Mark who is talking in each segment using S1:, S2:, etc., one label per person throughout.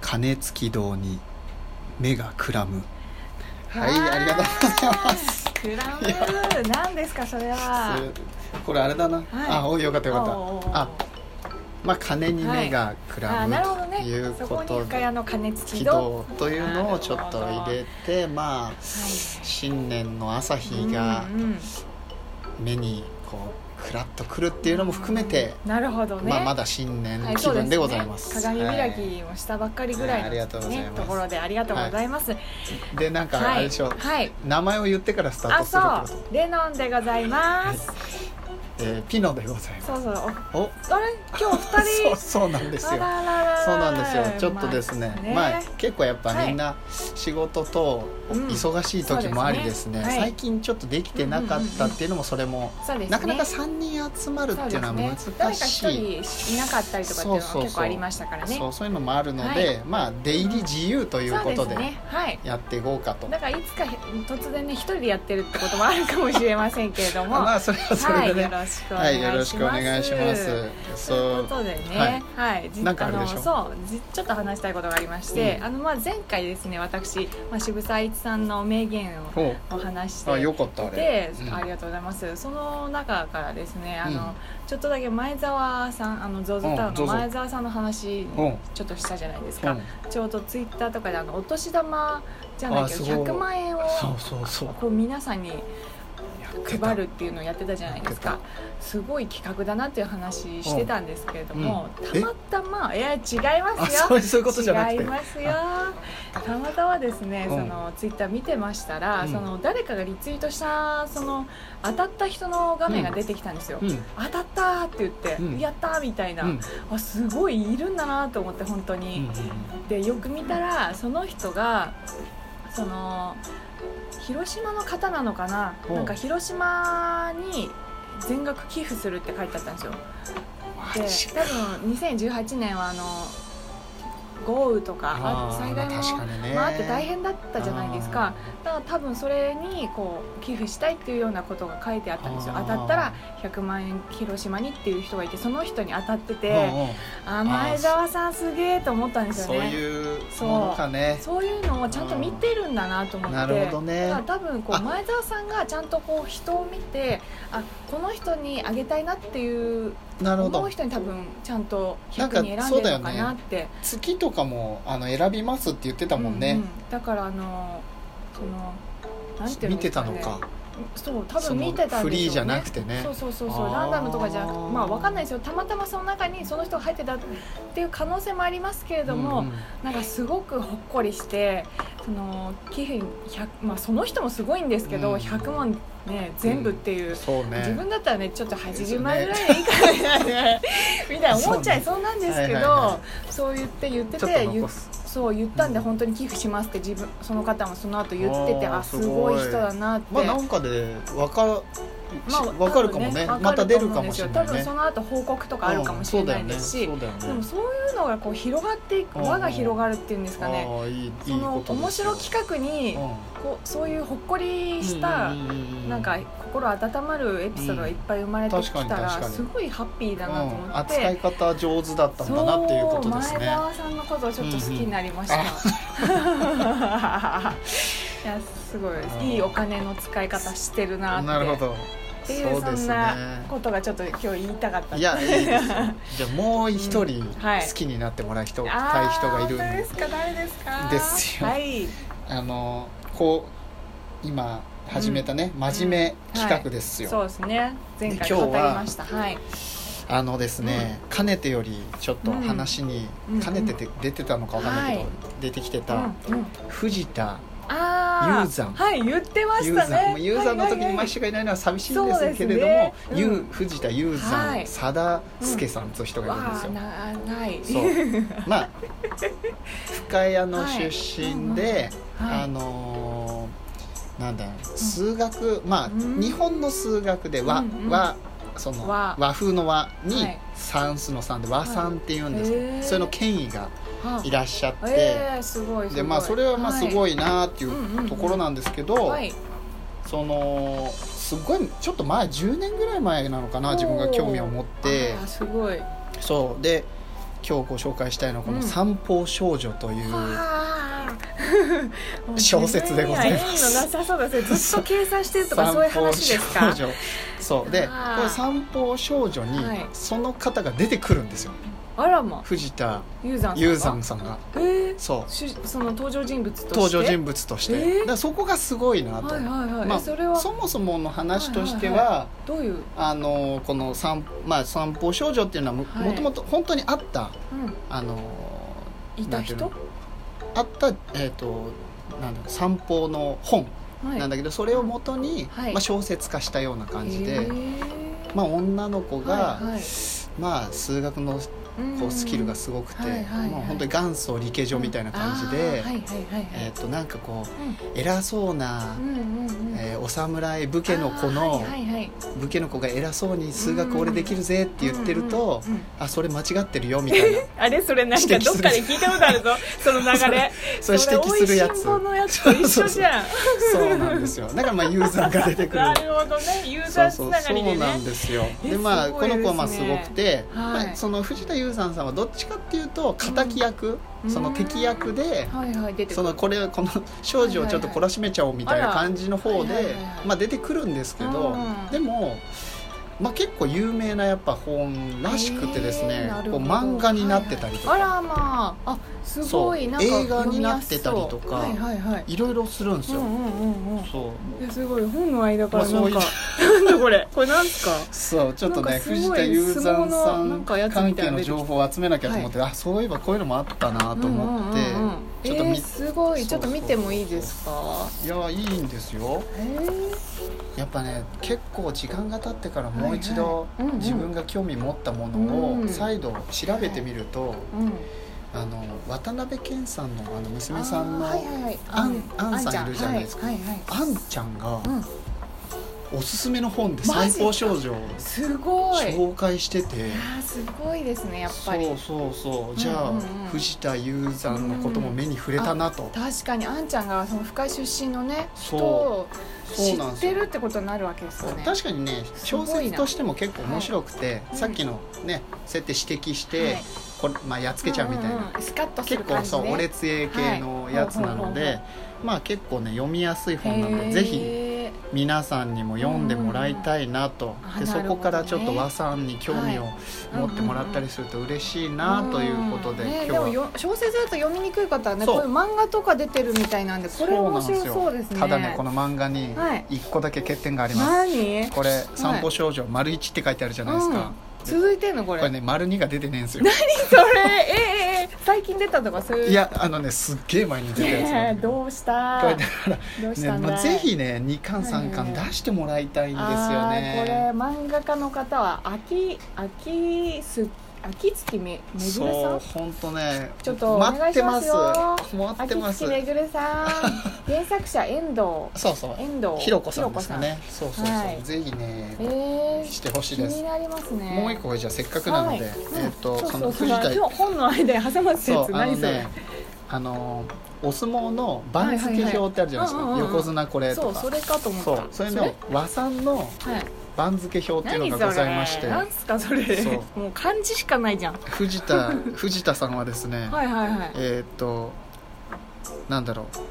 S1: 金付き堂に目がくらむは
S2: はい
S1: ありがとうございます
S2: クラム何ですかそれは
S1: すこれあれだな、あおよかったよか
S2: おうおう
S1: っ
S2: おう
S1: たあまあ金に目がく
S2: あ
S1: らむ、
S2: なるほどね
S1: という
S2: そ
S1: こ
S2: こに
S1: と
S2: 深
S1: で
S2: 谷の金付
S1: 軌
S2: き
S1: 道
S2: 堂
S1: というのをちょっと入れてまあ新年の朝日が
S2: うんうん
S1: 目にこうくらっとくるっていうのも含めて、
S2: なるほどね
S1: まあ、まだ新年
S2: はい
S1: 気分でございます,はい、
S2: そうですね鏡開きもしたばっかりぐら
S1: はい
S2: い
S1: あ
S2: の
S1: りがとうござい
S2: ね
S1: ます
S2: ところでありがとうございます
S1: でなんかあれでしょ、
S2: はい
S1: 名前を言ってからスター
S2: あ
S1: トする
S2: そ
S1: と
S2: うレノンでございます
S1: えーピノでございます
S2: そうそうお
S1: お
S2: あれ今日二人
S1: そうそうなんですよ
S2: あらららら
S1: そうなんですよちょっとですね,、まあ、結構やっぱみんな仕事と
S2: うん
S1: 忙しい時もありですね,、
S2: そうですねはい
S1: 最近ちょっとできてなかったっていうのもそれも、
S2: そうですね
S1: なかなか3人集まるっていうのは難し
S2: そうで
S1: い
S2: すね、誰か一人いなかったりとかっていうのは
S1: そうそうそう
S2: 結構ありましたからね
S1: そうそういうのもあるので、
S2: はい
S1: まあ出入り自由ということ
S2: そう
S1: で
S2: で
S1: す
S2: ねはい
S1: やっていこうかと、
S2: だからいつか突然ね一人でやってるってこともあるかもしれませんけれども
S1: まあそれはそれでね、
S2: は
S1: はい
S2: い
S1: よ
S2: よ
S1: ろ
S2: ろ
S1: し
S2: し
S1: く
S2: く
S1: お
S2: お
S1: 願
S2: 願
S1: い
S2: い
S1: し
S2: し
S1: ま
S2: ますす
S1: そ
S2: と
S1: う
S2: いうことでね、はい、じ
S1: なんかあるでしょ
S2: のそうじちょっと話したいことがありまして、
S1: うん
S2: あのまあ前回ですね私、まあ、渋沢一さんの名言を
S1: ほう
S2: お話しして
S1: あよかったあれ
S2: で、
S1: うん
S2: ありがとうございますその中からですねあの、
S1: うん
S2: ちょっとだけ前澤さんあの ZOZO タウ
S1: うん
S2: ン
S1: ZOZO
S2: の前澤さんの話
S1: うん
S2: ちょっとしたじゃないですか、
S1: うん
S2: ちょうどツイッターとかであのお年玉じゃないけど
S1: あすごい
S2: 100万円を
S1: そうそうそう
S2: こう皆さんに
S1: やってた
S2: 配るっていうのをやってたじゃないです
S1: やっ
S2: かすごい企画だなっていう話してたんですけれども、
S1: うんえ
S2: たまたまいや違い
S1: あ
S2: ますよ
S1: そうそういうことじゃなくて
S2: 違いますよたまたまですね、
S1: うん
S2: そのツイッター見てましたら、
S1: うん
S2: その誰かがリツイートしたその当たった人の画面が出てきたんですよ、
S1: うん
S2: 当たったーって言って、
S1: うん
S2: やったーみたいな、
S1: うん
S2: あすごいいるんだなと思って本当に、でよく見たらその人がその広島の方なのかな
S1: お
S2: なんか広島に全額寄付するって書いてあったんですよで
S1: マジか
S2: 多分2018年はあの豪雨とかあ
S1: あー
S2: 災害
S1: まあ確か
S2: も
S1: にね
S2: まああって大変だったじゃないですかだから多分それにこう寄付したいっていうようなことが書いてあったんですよ
S1: あー
S2: 当たったら100万円広島にっていう人がいてその人に当たって
S1: う
S2: て
S1: んうん
S2: あ前澤さんすげえと思ったんですよ
S1: そう
S2: ね
S1: いうものかね
S2: そういうのをちゃんと見てるんだなと思って、
S1: なるほどね
S2: だから多分こ
S1: あ
S2: う前澤さんがちゃんとこう人を見てあこの人にあげたいなっていう
S1: なるほ
S2: 思う
S1: ど
S2: 人に多分ちゃんと
S1: なんか
S2: 100に選んでるの
S1: そうだ
S2: か
S1: よね
S2: なって
S1: 月とかもあの選びますって言ってたもんね
S2: ううだからあのそのなんていう
S1: 見
S2: んで
S1: て
S2: すか
S1: た
S2: ね
S1: のか
S2: そう多分見てたんでしょう
S1: フ
S2: ね
S1: リーじゃなくてね
S2: そうそうそう
S1: あ
S2: そう
S1: ー
S2: ランダムとかじゃまあわかんないですよたまたまその中にその人が入ってたっていう可能性もありますけれども、
S1: うんうん
S2: なんかすごくほっこりしてその寄付に100、まあ、その人もすごいんですけど、
S1: うん
S2: 100万、ね、全部っていう、
S1: そうね
S2: 自分だったらねちょっと80万
S1: で
S2: ぐ
S1: す
S2: ら
S1: よ
S2: いでいいかみたいな、みたいな思っちゃいそうなんですけど、
S1: はいはいは
S2: そう言って言って
S1: ちょってと
S2: 言
S1: 残す
S2: そう言ったんで
S1: うん
S2: 本当に寄付しますって自分その方もその後言ってて
S1: あー
S2: あすごい人だなって。
S1: まあなんかでわか
S2: まあ
S1: わかるかもね
S2: 多分
S1: また出る
S2: わ
S1: か
S2: る
S1: もし
S2: と
S1: れ
S2: 思う
S1: なんい
S2: ですよ多分
S1: ね
S2: その後報告とかあるかもしれないですし、
S1: うんそうだよねそうだ
S2: で
S1: よ
S2: も
S1: ね
S2: そういうのがこう広がっていく輪が広がるっていうんですかね
S1: ああいいいい
S2: その
S1: こと
S2: 面
S1: ですよ
S2: 白企画にこうそういうほっこりした
S1: うんうんうんうん
S2: なんか心温まるエピソードがいっぱい生まれてきた
S1: うん確かに確
S2: ら
S1: かに
S2: すごいハッピーだなと
S1: う
S2: 思
S1: ん
S2: っ
S1: 扱い
S2: て
S1: 方上手だったん
S2: そ
S1: だなっていうこと
S2: う
S1: です
S2: 前
S1: ね
S2: 澤さんのことをちょっと好きになりました
S1: うんうん
S2: いやすご
S1: あ
S2: いいいお金の使い方してるなって
S1: なるほど
S2: っていう
S1: そう
S2: そ
S1: で
S2: ん
S1: す
S2: な
S1: ね
S2: ことがちょっと今日言いたかった
S1: いやいいですよじゃあもう一人
S2: んはい
S1: 好きになってもらう人、
S2: あ
S1: た
S2: ー
S1: い人がいるん
S2: 本当
S1: で
S2: ですか誰ですか
S1: ですよ
S2: はい
S1: あのこう今始めたね、真面目企画ですよ、
S2: そうですね前
S1: で
S2: 回
S1: 今
S2: 語
S1: 日
S2: り
S1: は
S2: ましたはい
S1: あのですね、かねてよりちょっと話に、
S2: うん
S1: かねてて出てたのかわかんないけど、
S2: はい
S1: 出てきてた
S2: うんうん
S1: 藤田
S2: ああ
S1: ユーザン
S2: はい言ってまし
S1: ユー
S2: た
S1: ザー、
S2: ね
S1: もうユーザーの時に毎
S2: し
S1: 週がいないのは寂しいん
S2: そう
S1: で
S2: ですす
S1: け
S2: ね
S1: れども、
S2: うん
S1: ユー藤田ユーザー、
S2: はい
S1: 佐田助さんという人がいるんですよ、
S2: なない
S1: そうまあ深谷の出身で、
S2: はいうんうんはい
S1: あのーなんだろう数学、まあ、
S2: うん
S1: 日本の数学で和、
S2: うんうん
S1: 和その和
S2: 和
S1: 風の和に、
S2: はい
S1: 算数の算で和算って言うんですけど、
S2: はいへー
S1: それの権威が
S2: はい
S1: らっしゃって、
S2: えー、すごいすごい
S1: でまあ、それはまあすご
S2: い
S1: いなってい
S2: うんうんう
S1: うんところなんですけど、
S2: はい
S1: そのすごいちょっと前10年ぐらい前なのかな自分が興味を持って
S2: あーすごい
S1: そうで今日ご紹介したいのはこ
S2: う
S1: の「
S2: ん
S1: 散歩少女」という、
S2: は あ
S1: 小説でございます
S2: もう自分にはいいのなさそうだそれずっと計算してるとかそういう話ですか
S1: 散歩少女そうで
S2: あー
S1: これ散歩少女に
S2: はい
S1: その方が出てくるんですよ
S2: あらま
S1: 藤田
S2: ユーザンさん
S1: 雄山さんが
S2: えー、
S1: そう
S2: 主その登場人物として
S1: 登場人物として、
S2: えー
S1: だからそこがすごいなと、
S2: はいはいはい、
S1: ま
S2: えそれは
S1: そもそもの話としては,、
S2: はいはいどういう、
S1: あのこの散,、まあ、散歩少女っていうのはも,、
S2: はい
S1: ともと本当にあった
S2: うん、
S1: あの
S2: いた人
S1: なんていうあった、えー、となんだろう散歩の本
S2: はい
S1: なんだけど、それをもとに、
S2: はい
S1: まあ、小説化したような感じ
S2: へ
S1: で、
S2: ー
S1: まあ、女の子が、
S2: はいはい
S1: まあ、数学のこうスキルがすごくて、
S2: うんはいはいはい
S1: まあ、本当に元祖理系女みたいな感じで、
S2: あーはいはいはいはい
S1: えー、となんかこう偉そうな
S2: う、んうんうんうん
S1: えーお侍武家の子の、
S2: あーはいはいはい
S1: 武家の子が偉そうに数学俺できるぜって言ってると、
S2: うんうんうん
S1: あそれ間違ってるよみたいな
S2: あれそれなんかどっかで聞いたことあるぞその流れ
S1: それ指摘するやつ
S2: それ おいしんぼのやつと一緒じゃん
S1: そうなんですよだからまあユーザーが出てくる
S2: なるほどねユーザ
S1: そう
S2: ー
S1: そ
S2: つ
S1: う
S2: ながり
S1: そ
S2: で
S1: う
S2: ね
S1: なんですよ
S2: え
S1: でまあ
S2: すご
S1: こ
S2: いで
S1: の
S2: すね
S1: 子はまあすごくて、
S2: はい
S1: まあ、その藤田雄さんさんはどっちかっていうと敵役、
S2: うん
S1: その敵役で、
S2: はいはい出て
S1: そ
S2: くる
S1: のこれこの少女をちょっと懲らしめちゃおうみたいな感じの方で、
S2: はいはいはいはい
S1: まあ、出てくるんですけど、
S2: うん
S1: でも、まあ、結構有名なやっぱ本らしくてです
S2: えー
S1: ね
S2: な、る
S1: こ
S2: ほ
S1: う
S2: ど
S1: 漫画になってたりとか、
S2: はいはいあらまああす
S1: そ
S2: ご
S1: う
S2: いなんか
S1: 映画に
S2: 読み
S1: な
S2: や
S1: っ
S2: す
S1: て
S2: そ
S1: た
S2: う
S1: りとか
S2: はいはいはい
S1: い、ろいろするんです
S2: うん
S1: よ、
S2: うんうんうん
S1: そう
S2: えすごい本の間からなんか、
S1: まあ
S2: なんだこれこれなんすか
S1: そうちょっと
S2: な
S1: ね
S2: んかすごい
S1: 藤田雄山
S2: 相撲
S1: さ
S2: のなん
S1: ん
S2: かやつ
S1: 関
S2: みたい
S1: 係
S2: なの
S1: の
S2: 出てきた
S1: 情報を集めなきゃと思って、あそういえばこういうのもあったなと思って、
S2: うんうんうんうん
S1: ちょっと
S2: え
S1: 見
S2: ー、すごいちょっと見てもいいですか
S1: いやいいんですよ
S2: えー
S1: やっぱね結構時間が経ってからもう一度
S2: はいはいうんうん
S1: 自分が興味持ったもの
S2: う
S1: を
S2: ん
S1: 再度調べてみると、
S2: うん
S1: あの渡辺謙さんのあの娘さんの
S2: あーはいはいはい
S1: あんあん
S2: あんち
S1: さんいるじゃないですか
S2: はいはいはい
S1: あんちゃんが
S2: うん、
S1: おすすめの本で
S2: マ
S1: 最
S2: ジ
S1: 高少女を
S2: すごいいや
S1: 紹介してて。
S2: ーすごいですねやっぱり
S1: そうそうそうじゃあ、
S2: うんうんうん
S1: 藤田雄山のことも目に触れたなと、
S2: 確かにあんちゃんがその深井出身のね
S1: そう
S2: 人を
S1: そ
S2: 知
S1: うなん
S2: っ
S1: です
S2: て
S1: よ
S2: るってことになるわけですよね
S1: 確かにね
S2: すご
S1: 小
S2: いな
S1: 説としても結構面白くて、
S2: はい
S1: さっきのねそうやって指摘して、
S2: はい
S1: これまあ、やっつけちゃうみたいな、
S2: んうんうんスカッとす
S1: 結
S2: る
S1: 構
S2: 感じ、ね、
S1: そう俺杖系のやつなので、
S2: はいほうほう
S1: まあ結構ね読みやすい本なの
S2: へー
S1: でぜひ皆さんにも読んでもらいたいなと、
S2: うんうんう
S1: で
S2: んあ
S1: そこからちょっ
S2: な
S1: と
S2: るほどね
S1: 和さんに興味を
S2: は
S1: 持ってもらったりすると嬉しいなということで、
S2: うんね、で
S1: 今
S2: も
S1: 日は。
S2: よ小説だと読みにくい方はね
S1: そう
S2: こういう漫画とか出てるみたいなんでこれ面白そうですね
S1: ただねこの漫画に
S2: はい
S1: 一個だけ欠点があります、
S2: 何
S1: これ「散歩少女丸一って書いてあるじゃないですか、
S2: うん続いてんのこ
S1: こ
S2: れ
S1: れね丸二が出てねえんですよ
S2: それええええ最近出たとかそういう
S1: いやあのねすっげえ前に出てるんですよ、
S2: ねえ どうした
S1: これだから
S2: どうし
S1: ね
S2: たんだい、
S1: まあ、ぜひね2巻
S2: はいはい
S1: 3巻出してもらいたいんですよ
S2: あ
S1: ね、
S2: ーこれ漫画家の方は秋秋す秋月めめぐるさ
S1: そうん本当ね
S2: ちょっとお
S1: 待
S2: 願
S1: っ
S2: い
S1: て
S2: し
S1: ま
S2: ますすよ
S1: 待って
S2: 秋
S1: ます
S2: 月めぐる さん原作者遠藤
S1: そうそう
S2: 遠藤
S1: ひろこさんですかねそうそうそう、
S2: はい
S1: ぜひね
S2: ひろこさんええ
S1: してほしい
S2: 気
S1: で
S2: に
S1: す
S2: なりますね
S1: もう一個じゃあせっかくなので、
S2: はい
S1: えっ、と
S2: そ
S1: そ
S2: うそ
S1: の
S2: うそう
S1: 藤田
S2: 今日本の間に挟まってた
S1: そ
S2: や
S1: うあの
S2: つ何それ、
S1: ねあのお相撲の番付表ってあるじゃないですか、
S2: はいはいはいうんうんうん
S1: 横綱これと
S2: そう
S1: か
S2: それかと思った
S1: そうそれの和さんの
S2: はい、
S1: 番付表っていう
S2: 何
S1: の
S2: そ
S1: が
S2: れ
S1: ございまして
S2: なんすかそれ
S1: そう
S2: もう漢字しかないじゃんは
S1: 藤田藤田さんはですね、
S2: いはいはい、
S1: えーっとなんだろう、
S2: うん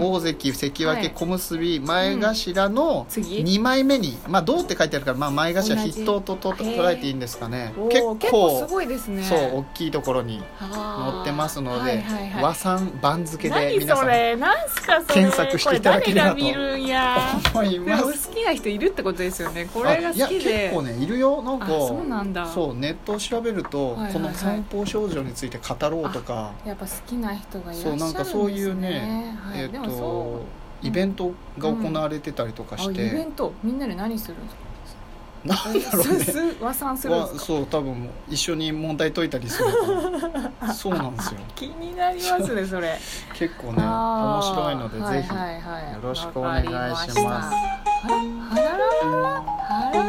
S1: 大関関
S2: は
S1: 脇
S2: い
S1: 小結び前頭の
S2: 次
S1: 2枚目に、まあ「どう」って書いてあるから、まあ、前頭
S2: 同じ
S1: 筆頭ととと
S2: へー
S1: 捉えていいんですかね
S2: おー
S1: 結
S2: 結構す
S1: 構
S2: ごいですね
S1: そう大きいところに載
S2: 乗
S1: ってますので、
S2: はいはいはい、
S1: 和さん番付で
S2: 何
S1: 皆さ
S2: そ
S1: ん
S2: れ何すかそれ
S1: 検索していただければと
S2: これ誰が見るん や
S1: 思い
S2: で
S1: ま
S2: も
S1: す
S2: 好きな人いるってことですよねこれが
S1: あいや
S2: 好きで
S1: 結構ねいるよなんか
S2: あそうなんだ
S1: そうネットを調べると、
S2: はいはいはい
S1: この散歩少女について語ろうとか
S2: やっぱ好きな人がいらっしゃ
S1: そ
S2: る
S1: うん
S2: です
S1: なん
S2: ね
S1: かそういうね、
S2: はい、
S1: えっ、
S2: でも
S1: と
S2: そう
S1: イベントが行われてたりとか
S2: あ
S1: し
S2: イ
S1: て、
S2: ベントみんなで何するんですか
S1: なんだろうね
S2: すす和算するんで
S1: は
S2: すか
S1: そう多分一緒に問題解いたりするの かなそうなんですよ
S2: 気になりますねそれね
S1: 結構ね面白いので、ぜひ、
S2: はいはいはい
S1: よろしくお願いします
S2: わかりましたあらあら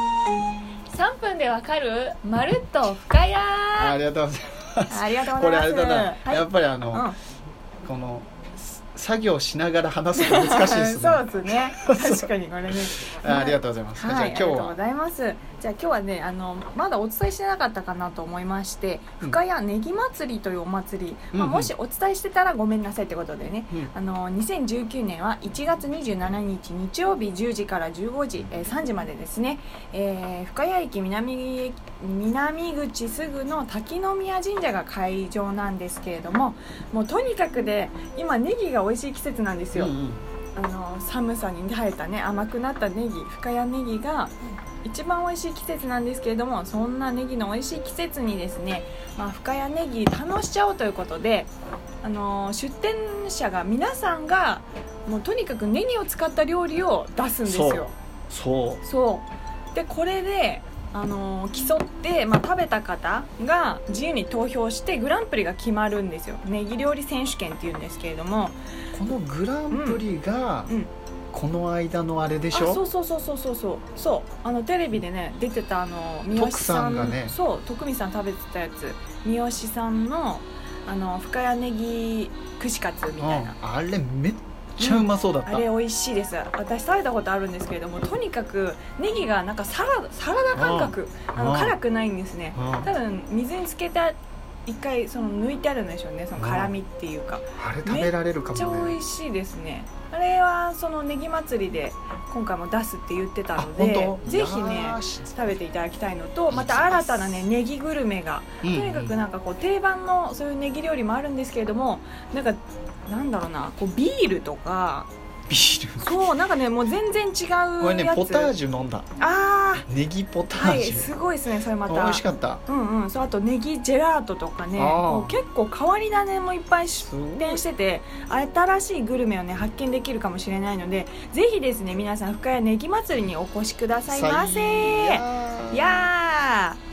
S2: らあら3分でわかるまるっと深い
S1: ああ
S2: ら
S1: りがとうございます
S2: ありがとう
S1: こ
S2: ご
S1: れ
S2: ざ
S1: あ
S2: い
S1: れ
S2: ます
S1: だな、
S2: はい
S1: やっぱりあの、
S2: うん
S1: このす作業しながら話すの 難しいですね
S2: そうですね確かにこれね
S1: あありがとうございます、
S2: はい、あ
S1: じ
S2: り
S1: ゃ
S2: が
S1: あ今
S2: とう
S1: 日は
S2: ございます。じゃあ今日はねあのまだお伝えしてなかったかなと思いまして
S1: うん
S2: 深谷ねぎ祭りというお祭り、
S1: うん
S2: ま
S1: う
S2: あ、
S1: ん
S2: もしお伝えしてたらごめんなさいってことでね
S1: うん
S2: あの2019年は1月27日日曜日10時から15時、えー3時までですね、えー深谷駅南駅南口すぐの滝宮神社が会場なんですけれどももうとにかくで今ネギが美味しい季節なんですよ、
S1: うんうん
S2: あの寒さに耐えたね甘くなったネギ深谷ネギが一番美味しい季節なんですけれどもそんなネギの美味しい季節にですね、まあ、深谷ネギ楽しちゃおうということであの出店者が皆さんがもうとにかくネギを使った料理を出すんですよ。
S1: そ
S2: そうでこれであの競って、まあ、食べた方が自由に投票してグランプリが決まるんですよネギ料理選手権っていうんですけれども
S1: うこのグランプリが、
S2: うんうん
S1: この間のあれでし
S2: あそ
S1: ょ
S2: うそうそうそうそうそうそうあのテレビでね出てたあの三好
S1: 徳さ
S2: さ
S1: ん
S2: ん
S1: がね
S2: そう徳光さん食べてたやつ三好さんのあの深谷ネギ串カツみたいな、
S1: うん、あれめっちゃうまそうだった、
S2: あれ美味しいです私食べたことあるんですけれどもとにかくネギがなんかサラダサラダ感覚あの
S1: うん
S2: 辛くないんですね
S1: うん
S2: 多分水につけた一回その抜いてあるんでしょうねその辛みっていうか
S1: あれ食べられるか
S2: めっちゃ
S1: も
S2: 美
S1: ね
S2: 味しいですねあれはそのネギ祭りで今回も出すって言ってた
S1: あ
S2: ので
S1: 本当
S2: ぜひ
S1: いや
S2: ね
S1: ーし
S2: 食べていただきたいのとまた新たなねネギグルメが
S1: う
S2: と
S1: ん
S2: にかくなんかこう定番のそういうネギ料理もあるんですけれどもなんかなんだろうなこうビールとか
S1: ビール
S2: そうなんかねもう全然違
S1: これ
S2: う
S1: ね
S2: や
S1: ポター
S2: つ
S1: ジュ飲んだ
S2: あ
S1: ネギポタ
S2: あは
S1: ー
S2: い
S1: ジュ、
S2: すごいですねそれまた
S1: 美味しかった
S2: うんうん、そうあとネギジェラートとかね
S1: あー
S2: もう結構変わり種もいっぱい出店してて新しいグルメをね発見できるかもしれないのでぜひですね皆さん深谷ネギ祭りにお越しくださいませ
S1: いやー
S2: いやー